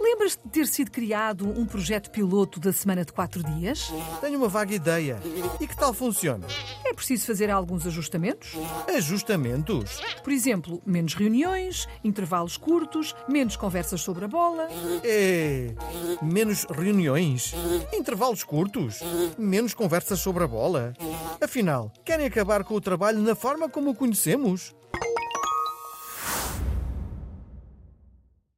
Lembras-te de ter sido criado um projeto piloto da semana de quatro dias? Tenho uma vaga ideia. E que tal funciona? É preciso fazer alguns ajustamentos. Ajustamentos? Por exemplo, menos reuniões, intervalos curtos, menos conversas sobre a bola. É. Menos reuniões, intervalos curtos, menos conversas sobre a bola. Afinal, querem acabar com o trabalho na forma como o conhecemos?